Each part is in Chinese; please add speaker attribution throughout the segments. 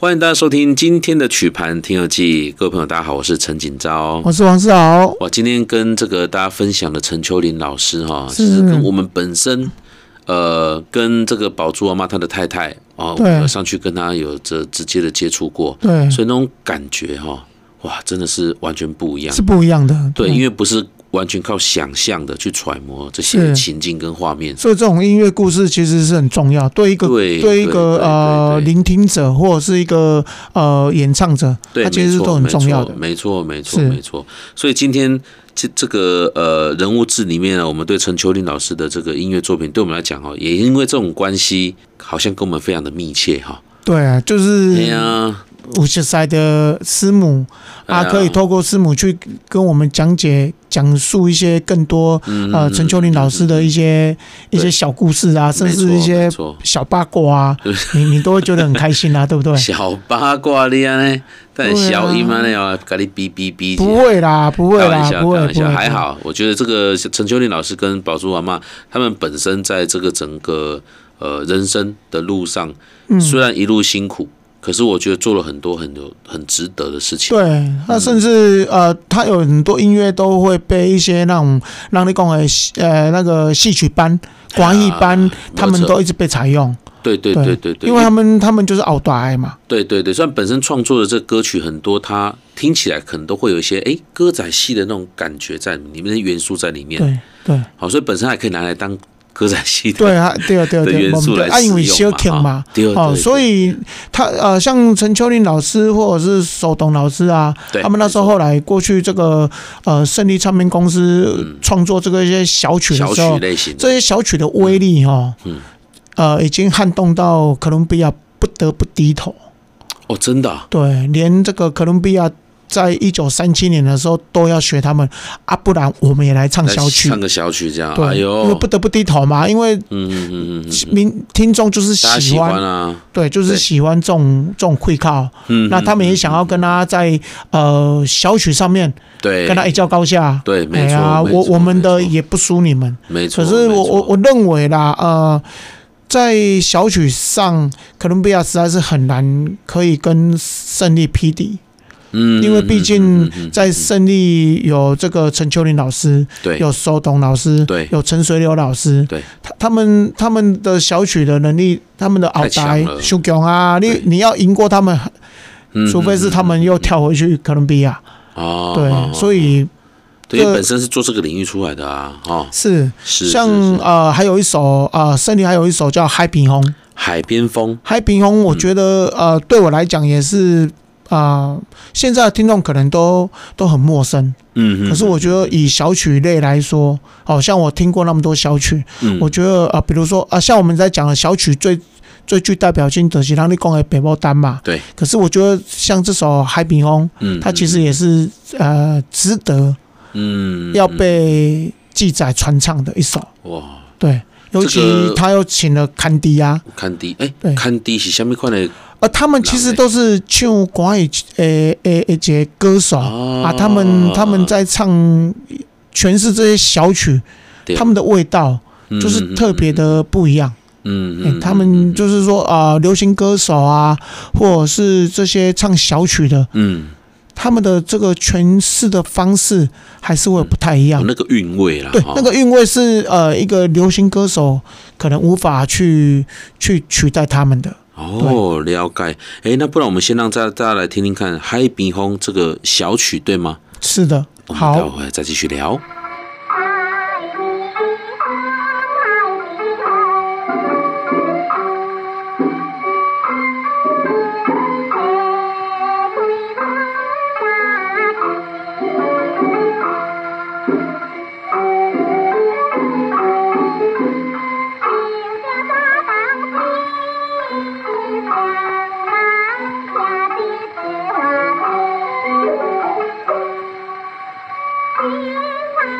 Speaker 1: 欢迎大家收听今天的曲盘听友记，各位朋友，大家好，我是陈景昭。
Speaker 2: 我是王世豪，
Speaker 1: 哇，今天跟这个大家分享的陈秋林老师哈，其
Speaker 2: 是
Speaker 1: 实跟我们本身，呃，跟这个宝珠阿妈她的太太啊，我
Speaker 2: 对
Speaker 1: 有上去跟她有着直接的接触过，
Speaker 2: 对，
Speaker 1: 所以那种感觉哈，哇，真的是完全不一样
Speaker 2: 是。不一样的。
Speaker 1: 对，
Speaker 2: 嗯
Speaker 1: 因为不是完全靠想象的去揣摩这些
Speaker 2: 是
Speaker 1: 情境跟画面，
Speaker 2: 所以这种音乐故事其实是很重要，对一个
Speaker 1: 对
Speaker 2: 一个呃
Speaker 1: 对对对
Speaker 2: 聆听者或者是一个呃演唱者，
Speaker 1: 对，
Speaker 2: 它其
Speaker 1: 没
Speaker 2: 实
Speaker 1: 错
Speaker 2: 都很重要的。
Speaker 1: 没错，没错，
Speaker 2: 是
Speaker 1: 没错。所以今天这这个呃人物志里面呢，我们对陈秋林老师的这个音乐作品，对我们来讲哦，也因为这种关系，好像跟我们非常的密切哈。
Speaker 2: 对啊，就
Speaker 1: 哎
Speaker 2: 是
Speaker 1: 呀，
Speaker 2: 五十赛的师母啊，
Speaker 1: 哎呀
Speaker 2: 可以透过师母去跟我们讲解、讲述一些更多
Speaker 1: 嗯
Speaker 2: 呃陈秋林老师的一些一
Speaker 1: 对
Speaker 2: 些小故事啊，甚至一些
Speaker 1: 没错
Speaker 2: 小八卦啊，你你都会觉得很开心啊，对不 对
Speaker 1: 没错？小八卦的呢，但
Speaker 2: 对啊
Speaker 1: 小姨妈呢要跟你哔哔哔一下。
Speaker 2: 不会啊啦，不会
Speaker 1: 开玩
Speaker 2: 啦，
Speaker 1: 笑，
Speaker 2: 不
Speaker 1: 开
Speaker 2: 会，
Speaker 1: 玩
Speaker 2: 不
Speaker 1: 笑，
Speaker 2: 会，
Speaker 1: 还好。我觉得这个陈秋林老师跟宝珠阿妈，他们本身在这个整个呃人生的路上，
Speaker 2: 嗯
Speaker 1: 虽然一路辛苦，可是我觉得做了很多很有很值得的事情。
Speaker 2: 对，那
Speaker 1: 嗯
Speaker 2: 甚至呃，他有很多音乐都会被一些那种让你讲的戏呃那个戏曲班、广义班，
Speaker 1: 啊
Speaker 2: 他们都一直被采用，
Speaker 1: 对对对对对，
Speaker 2: 因为他们他们就是奥大爱嘛，
Speaker 1: 对对对，虽然本身创作的这歌曲很多，它听起来可能都会有一些哎歌仔戏的那种感觉在里面的元素在里面。
Speaker 2: 对对
Speaker 1: 好，所以本身还可以拿来当歌仔戏的。
Speaker 2: 对啊，对啊对 啊
Speaker 1: 的
Speaker 2: 对
Speaker 1: 元
Speaker 2: 啊，我
Speaker 1: 素
Speaker 2: 们
Speaker 1: 来
Speaker 2: 对啊，因为
Speaker 1: 使用
Speaker 2: 小
Speaker 1: 嘛
Speaker 2: 听嘛
Speaker 1: 啊对对，
Speaker 2: 哦，
Speaker 1: 对
Speaker 2: 所以他呃，像陈秋林老师或者是手董老师啊，
Speaker 1: 对
Speaker 2: 他们那时候
Speaker 1: 没错
Speaker 2: 后来过去这个呃胜利唱片公司创作这个一些小曲的
Speaker 1: 嗯小
Speaker 2: 时候
Speaker 1: 曲，类型的，
Speaker 2: 这些小曲的威力哦，
Speaker 1: 嗯
Speaker 2: 呃，已经撼动到哥伦比亚不得不低头。
Speaker 1: 哦，真的啊、
Speaker 2: 对，连这个哥伦比亚在一九三七年的时候都要学他们啊，不然我们也来唱
Speaker 1: 来
Speaker 2: 小曲
Speaker 1: 唱。个小曲这样，
Speaker 2: 对，
Speaker 1: 哎呦，
Speaker 2: 因为不得不低头嘛，因为
Speaker 1: 嗯嗯嗯嗯嗯嗯，
Speaker 2: 民听众就是
Speaker 1: 大
Speaker 2: 喜
Speaker 1: 家
Speaker 2: 欢，
Speaker 1: 喜欢啊，
Speaker 2: 对，就是
Speaker 1: 对
Speaker 2: 喜欢这种这种会靠。
Speaker 1: 嗯，
Speaker 2: 那他们也想要跟他在呃小曲上面
Speaker 1: 对，
Speaker 2: 跟他一较高下。
Speaker 1: 对，没
Speaker 2: 哎
Speaker 1: 错，
Speaker 2: 呀，
Speaker 1: 没
Speaker 2: 我
Speaker 1: 错
Speaker 2: 我们的
Speaker 1: 没错
Speaker 2: 也不输你们。
Speaker 1: 没错，
Speaker 2: 可是
Speaker 1: 没
Speaker 2: 我我
Speaker 1: 错
Speaker 2: 我认为啦，呃，在小曲上，哥伦比亚实在是很难可以跟胜利匹敌，
Speaker 1: 嗯，
Speaker 2: 因为毕
Speaker 1: 嗯嗯
Speaker 2: 竟
Speaker 1: 嗯嗯
Speaker 2: 在胜利有这个陈秋林老师，
Speaker 1: 对
Speaker 2: 有手董老师，
Speaker 1: 对
Speaker 2: 有陈水柳老师，
Speaker 1: 对
Speaker 2: 他他们他们的小曲的能力，他们的
Speaker 1: 太
Speaker 2: 鳌
Speaker 1: 强
Speaker 2: 白
Speaker 1: 了
Speaker 2: 修强啊，
Speaker 1: 对
Speaker 2: 你你要赢过他们，
Speaker 1: 嗯
Speaker 2: 除非是他们又跳回去哥伦比亚，
Speaker 1: 哦，
Speaker 2: 对，所以
Speaker 1: 对，因为
Speaker 2: 这
Speaker 1: 本身是做这个领域出来的啊，哦，
Speaker 2: 是
Speaker 1: 是
Speaker 2: 像
Speaker 1: 是是
Speaker 2: 呃还有一首呃胜利还有一首叫《嗨平红》。
Speaker 1: 海边风，
Speaker 2: 海平红，我觉得、
Speaker 1: 嗯
Speaker 2: 呃，对我来讲也是啊、呃现在的听众可能都都很陌生，
Speaker 1: 嗯，嗯
Speaker 2: 可是我觉得以小曲类来说，好、像我听过那么多小曲，
Speaker 1: 嗯
Speaker 2: 我觉得啊、呃比如说啊、像我们在讲的小曲最最具代表性的是让你讲的北莫丹嘛，
Speaker 1: 对，
Speaker 2: 可是我觉得像这首海平红，
Speaker 1: 嗯，
Speaker 2: 它其实也是呃值得
Speaker 1: 嗯
Speaker 2: 要被记载传唱的一首，
Speaker 1: 哇，
Speaker 2: 对。尤
Speaker 1: 这
Speaker 2: 其
Speaker 1: 个
Speaker 2: 他又请了坎迪啊亚、
Speaker 1: 看低哎，
Speaker 2: 对
Speaker 1: 看低是下面款的
Speaker 2: 呃，他们其实都是唱国呃语诶诶诶，些歌手
Speaker 1: 哦
Speaker 2: 啊，他们他们在唱全是这些小曲
Speaker 1: 对，
Speaker 2: 他们的味道
Speaker 1: 嗯
Speaker 2: 就是特别的不一样。
Speaker 1: 嗯
Speaker 2: 诶他们就是说啊、流行歌手啊，或者是这些唱小曲的，
Speaker 1: 嗯
Speaker 2: 他们的这个诠释的方式还是会不太一样
Speaker 1: 有。那个韵味啦，
Speaker 2: 对
Speaker 1: 哦，
Speaker 2: 那个韵味是呃一个流行歌手可能无法去去取代他们的。
Speaker 1: 哦，了解。哎，那不然我们先让大大家来听听看《海边风》这个小曲，对吗？
Speaker 2: 是的，
Speaker 1: 我们待
Speaker 2: 好。
Speaker 1: 会儿再继续聊。
Speaker 3: 爱你爱你爱你爱你。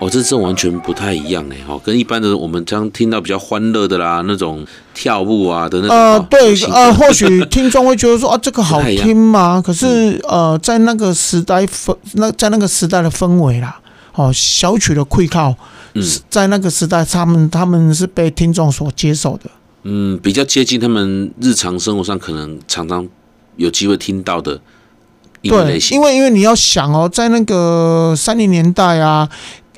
Speaker 1: 哦这这完全不太一样哎，哈，跟一般的我们常听到比较欢乐的啦，那种跳舞啊的那种，
Speaker 2: 呃
Speaker 1: 哦，
Speaker 2: 对
Speaker 1: 流，行歌
Speaker 2: 呃，或许听众会觉得说啊，这个好听吗？
Speaker 1: 嗯
Speaker 2: 可是呃，在那个时代氛，那在那个时代的氛围啦，哦，小曲的溃靠，
Speaker 1: 嗯
Speaker 2: 是在那个时代，他们他们是被听众所接受的。
Speaker 1: 嗯，比较接近他们日常生活上可能常常有机会听到的音乐
Speaker 2: 对
Speaker 1: 类，型
Speaker 2: 因，为因为你要想哦，在那个三零年代啊，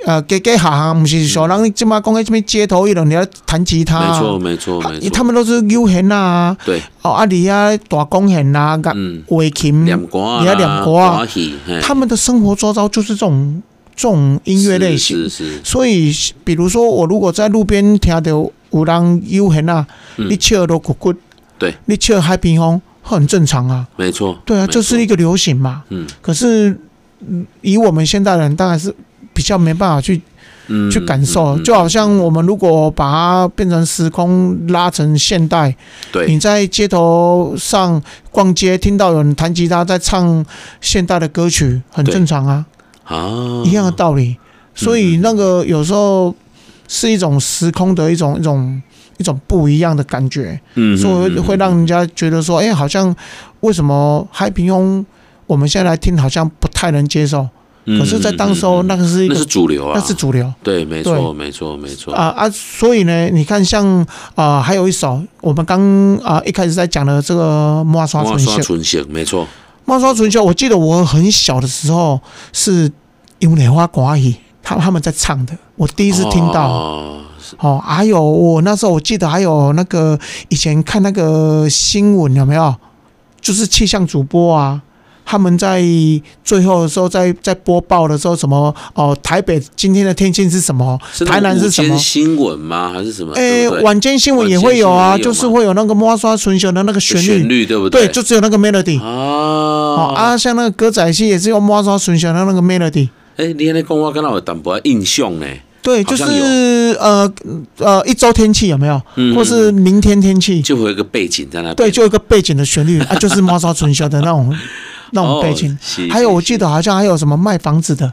Speaker 2: 呃，给给哈哈，不是说，然后你这么讲这边街头艺人，你要弹吉他、
Speaker 1: 嗯没
Speaker 2: 啊，
Speaker 1: 错没错
Speaker 2: 啊
Speaker 1: 没错
Speaker 2: 他，们都是悠闲啊，
Speaker 1: 对，
Speaker 2: 哦，啊，你啊，大弓弦啊，啊
Speaker 1: 嗯，
Speaker 2: 围琴，
Speaker 1: 两国啊，
Speaker 2: 你要两国啊
Speaker 1: 歌戏，嘿
Speaker 2: 他们的生活周遭就是这种这种音乐类型。
Speaker 1: 是是是，
Speaker 2: 所以，比如说我如果在路边听到有人悠闲啊，
Speaker 1: 嗯
Speaker 2: 你切耳朵鼓鼓，
Speaker 1: 对，
Speaker 2: 你切海平风很正常啊，
Speaker 1: 没错，
Speaker 2: 对啊，
Speaker 1: 没
Speaker 2: 这是
Speaker 1: 错
Speaker 2: 一个流行嘛。
Speaker 1: 嗯
Speaker 2: 可是，嗯以我们现代人，当然是比较没办法去
Speaker 1: 嗯
Speaker 2: 去感受，
Speaker 1: 嗯嗯
Speaker 2: 就好像我们如果把它变成时空拉成现代，
Speaker 1: 对
Speaker 2: 你在街头上逛街，听到有人弹吉他在唱现代的歌曲，很
Speaker 1: 对
Speaker 2: 正常啊。
Speaker 1: 啊
Speaker 2: 一样的道理。所以
Speaker 1: 嗯
Speaker 2: 那个有时候是一种时空的一种一种一种不一样的感觉，
Speaker 1: 嗯
Speaker 2: 所以会会让人家觉得说，哎、好像为什么嗨平庸我们现在来听好像不太能接受，
Speaker 1: 嗯
Speaker 2: 可是，在当时候那
Speaker 1: 个
Speaker 2: 个是一
Speaker 1: 那
Speaker 2: 个
Speaker 1: 是主流啊，
Speaker 2: 那是主流。
Speaker 1: 对，没
Speaker 2: 对
Speaker 1: 错没错没错
Speaker 2: 啊啊，所以呢，你看像啊、还有一首我们刚啊、一开始在讲的这个《莫刷
Speaker 1: 我
Speaker 2: 春秀
Speaker 1: 刷》，纯线，没错，
Speaker 2: 猫刷春秀，我记得我很小的时候是用莲花寡语，他他们在唱的，我第一次听到。哦
Speaker 1: 哦
Speaker 2: 还有我那时候我记得还有那个以前看那个新闻有没有，就是气象主播啊。他们在最后的时候在，在播报的时候，什么哦、台北今天的天气是什么？
Speaker 1: 是那
Speaker 2: 台南
Speaker 1: 种
Speaker 2: 是
Speaker 1: 午
Speaker 2: 什
Speaker 1: 间
Speaker 2: 么？哎
Speaker 1: 新闻吗？还是什么？
Speaker 2: 诶、
Speaker 1: 对不对
Speaker 2: 晚间新闻也会有啊，
Speaker 1: 晚间新闻也有
Speaker 2: 就
Speaker 1: 嘛
Speaker 2: 是会有那个猫刷春秀的那个旋律，
Speaker 1: 旋律对不
Speaker 2: 对，
Speaker 1: 对？
Speaker 2: 就只有那个 melody。哦
Speaker 1: 啊
Speaker 2: 啊，像那个歌仔戏也是用猫抓孙小的那个 melody，
Speaker 1: 哎，你安尼讲，我刚刚有淡薄仔印象呢。
Speaker 2: 对，
Speaker 1: 好
Speaker 2: 就
Speaker 1: 像
Speaker 2: 是呃呃一周天气有没有，
Speaker 1: 嗯
Speaker 2: 或是明天天气，
Speaker 1: 就会有一个背景在那边。
Speaker 2: 对，就有一个背景的旋律啊，就是猫抓孙小的那 种那种
Speaker 1: 哦
Speaker 2: 背景
Speaker 1: 是。
Speaker 2: 还有
Speaker 1: 是
Speaker 2: 我记得好像还有什么卖房子的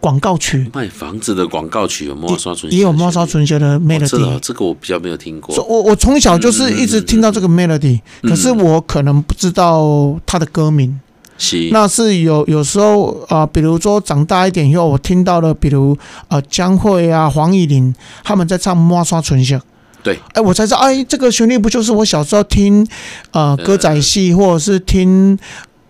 Speaker 2: 广告曲，
Speaker 1: 卖房子的广告曲有没有刷存？
Speaker 2: 也有猫抓孙小的
Speaker 1: 哦这个
Speaker 2: melody
Speaker 1: 哦。这个我嗯比较没有听过
Speaker 2: 所。以我我从小就是一直听到这个 melody，可是
Speaker 1: 嗯
Speaker 2: 我可能不知道它的歌名。
Speaker 1: 是
Speaker 2: 那是有有时候啊、呃比如说长大一点以后，我听到了，比如呃江蕙啊、黄以玲他们在唱《抹刷唇香》，
Speaker 1: 对，
Speaker 2: 哎，我才知道，哎，这个旋律不就是我小时候听呃歌仔戏或者是听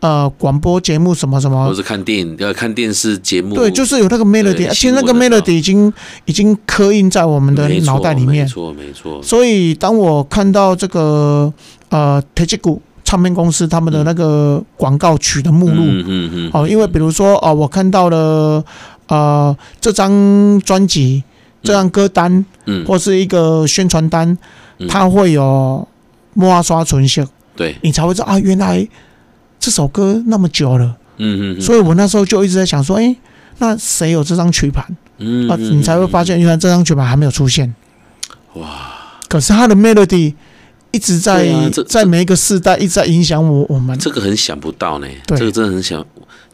Speaker 2: 呃广播节目什么什
Speaker 1: 或
Speaker 2: 么。
Speaker 1: 是看电影要看电视节目，
Speaker 2: 对，就是有那个 melody，
Speaker 1: 对
Speaker 2: 啊其实那个
Speaker 1: 新闻的时
Speaker 2: melody
Speaker 1: 候
Speaker 2: 已经已经刻印在我们的
Speaker 1: 没错
Speaker 2: 脑袋里
Speaker 1: 没
Speaker 2: 面。
Speaker 1: 错没错，
Speaker 2: 所以当我看到这个呃铁吉谷唱片公司他们的那个广告曲的目录，
Speaker 1: 嗯嗯嗯，
Speaker 2: 哦，因为比如说哦，我看到了呃这张专辑、这张歌单、
Speaker 1: 嗯
Speaker 2: 或是一个宣传单，
Speaker 1: 嗯
Speaker 2: 它会有抹刷唇线，
Speaker 1: 对，
Speaker 2: 你才会知道啊，原来这首歌那么久了。
Speaker 1: 嗯嗯嗯
Speaker 2: 所以我那时候就一直在想说，诶，那谁有这张曲盘
Speaker 1: 嗯
Speaker 2: 啊？
Speaker 1: 嗯，
Speaker 2: 你才会发现，原来这张曲盘还没有出现。
Speaker 1: 哇，
Speaker 2: 可是它的 melody 一直在、
Speaker 1: 对啊这
Speaker 2: 在每一个世代一直在影响我我们。
Speaker 1: 这个很想不到呢，
Speaker 2: 对
Speaker 1: 这个真的很想，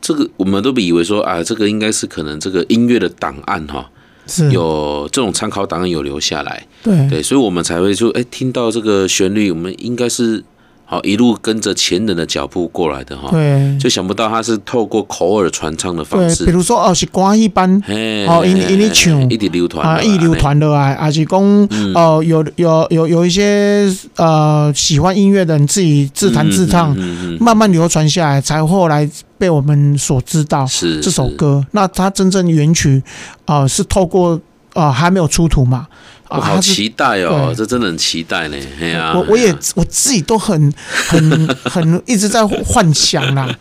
Speaker 1: 这个我们都以为说啊，这个应该是可能这个音乐的档案哈，
Speaker 2: 是，
Speaker 1: 有这种参考档案有留下来，
Speaker 2: 对
Speaker 1: 对，所以我们才会就哎听到这个旋律，我们应该是好一路跟着前人的脚步过来的哈，
Speaker 2: 对
Speaker 1: 就想不到他是透过口耳传唱的方
Speaker 2: 对，比
Speaker 1: 式，
Speaker 2: 如说哦，是歌一班。
Speaker 1: 嘿，
Speaker 2: 哦因因为唱
Speaker 1: 一直流传
Speaker 2: 啊，
Speaker 1: 下来
Speaker 2: 一流传落来，还是讲哦、
Speaker 1: 嗯
Speaker 2: 有有有有一些呃喜欢音乐的人自己自弹自唱，
Speaker 1: 嗯嗯嗯嗯嗯
Speaker 2: 慢慢流传下来，才后来被我们所知道
Speaker 1: 是
Speaker 2: 这首
Speaker 1: 是
Speaker 2: 歌。那它真正原曲啊、呃是透过啊、呃还没有出土嘛啊，
Speaker 1: 我
Speaker 2: 它
Speaker 1: 好
Speaker 2: 是。
Speaker 1: 期待哦，
Speaker 2: 对
Speaker 1: 这真的很期待呢。哎呀、
Speaker 2: 我我也我自己都很很很一直在幻 想啦，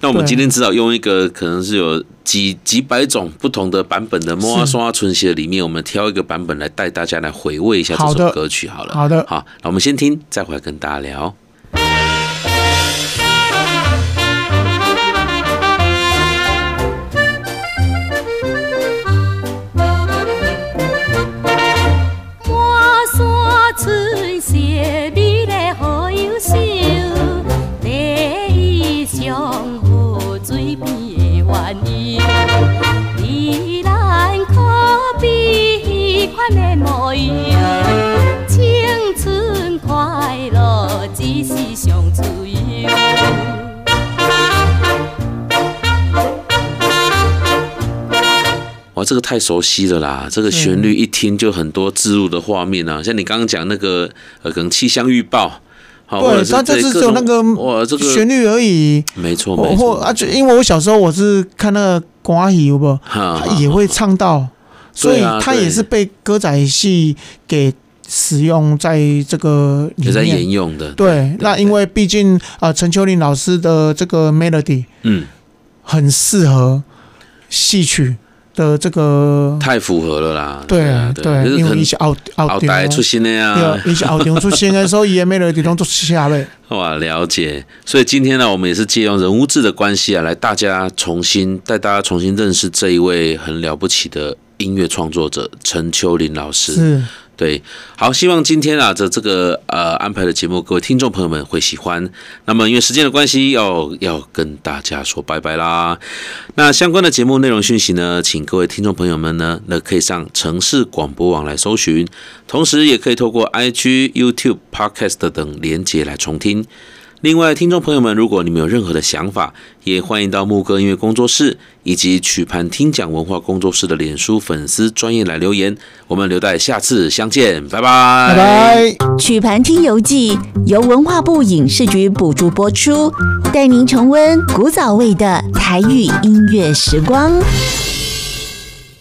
Speaker 1: 那我们
Speaker 2: 对
Speaker 1: 今天至少用一个可能是有几几百种不同的版本的《摩阿刷春鞋》里面，我们挑一个版本来带大家来回味一下这
Speaker 2: 好的
Speaker 1: 首歌曲好了。
Speaker 2: 好的
Speaker 1: 好，那我们先听，再回来跟大家聊。
Speaker 4: 我山春色美丽好忧愁，第一上河水边的鸳鸯，你咱可有。
Speaker 1: 哇，这个太熟悉了啦！这个旋律一听就很多置入的画面啊，像你刚刚讲那个呃，可能气象预报，好，或者
Speaker 2: 对，
Speaker 1: 哦是
Speaker 2: 它这
Speaker 1: 对
Speaker 2: 次
Speaker 1: 各
Speaker 2: 只有
Speaker 1: 种
Speaker 2: 那个
Speaker 1: 哇，这个
Speaker 2: 旋律而已。
Speaker 1: 没错
Speaker 2: 我
Speaker 1: 没
Speaker 2: 或
Speaker 1: 错
Speaker 2: 啊，就因为我小时候我是看那个瓜戏，有不？
Speaker 1: 哈
Speaker 2: 他也会唱到，所
Speaker 1: 啊
Speaker 2: 以
Speaker 1: 对啊
Speaker 2: 他
Speaker 1: 对
Speaker 2: 也是被歌仔戏给使用在这个里
Speaker 1: 也在
Speaker 2: 面。
Speaker 1: 沿用的，
Speaker 2: 对，那因为毕竟啊，陈、秋林老师的这个 melody
Speaker 1: 嗯，
Speaker 2: 很适合戏曲的这个，
Speaker 1: 太符合了啦，
Speaker 2: 对
Speaker 1: 啊对啊，
Speaker 2: 对，因为
Speaker 1: 很
Speaker 2: 伊是后
Speaker 1: 好
Speaker 2: 后
Speaker 1: 呆
Speaker 2: 场
Speaker 1: 出啊新的呀
Speaker 2: 啊对，，伊啊是后场出身的，所以伊的 melody 拢做 下面。
Speaker 1: 哇，了解。所以今天呢，我们也是借用人物志的关系啊，来大家重新带大家重新认识这一位很了不起的音乐创作者陈秋林老师。
Speaker 2: 是，
Speaker 1: 对，好，希望今天啊的这个呃安排的节目，各位听众朋友们会喜欢。那么因为时间的关系，要要跟大家说拜拜啦。那相关的节目内容讯息呢，请各位听众朋友们呢，那可以上城市广播网来搜寻，同时也可以透过 IG、YouTube、Podcast 等连接来重听。另外，听众朋友们，如果你们有任何的想法，也欢迎到牧歌音乐工作室以及曲盘听讲文化工作室的脸书粉丝专业来留言。我们留待下次相见，拜拜，
Speaker 2: 拜拜。
Speaker 5: 曲盘听游记由文化部影视局补助播出，带您重温古早味的台语音乐时光。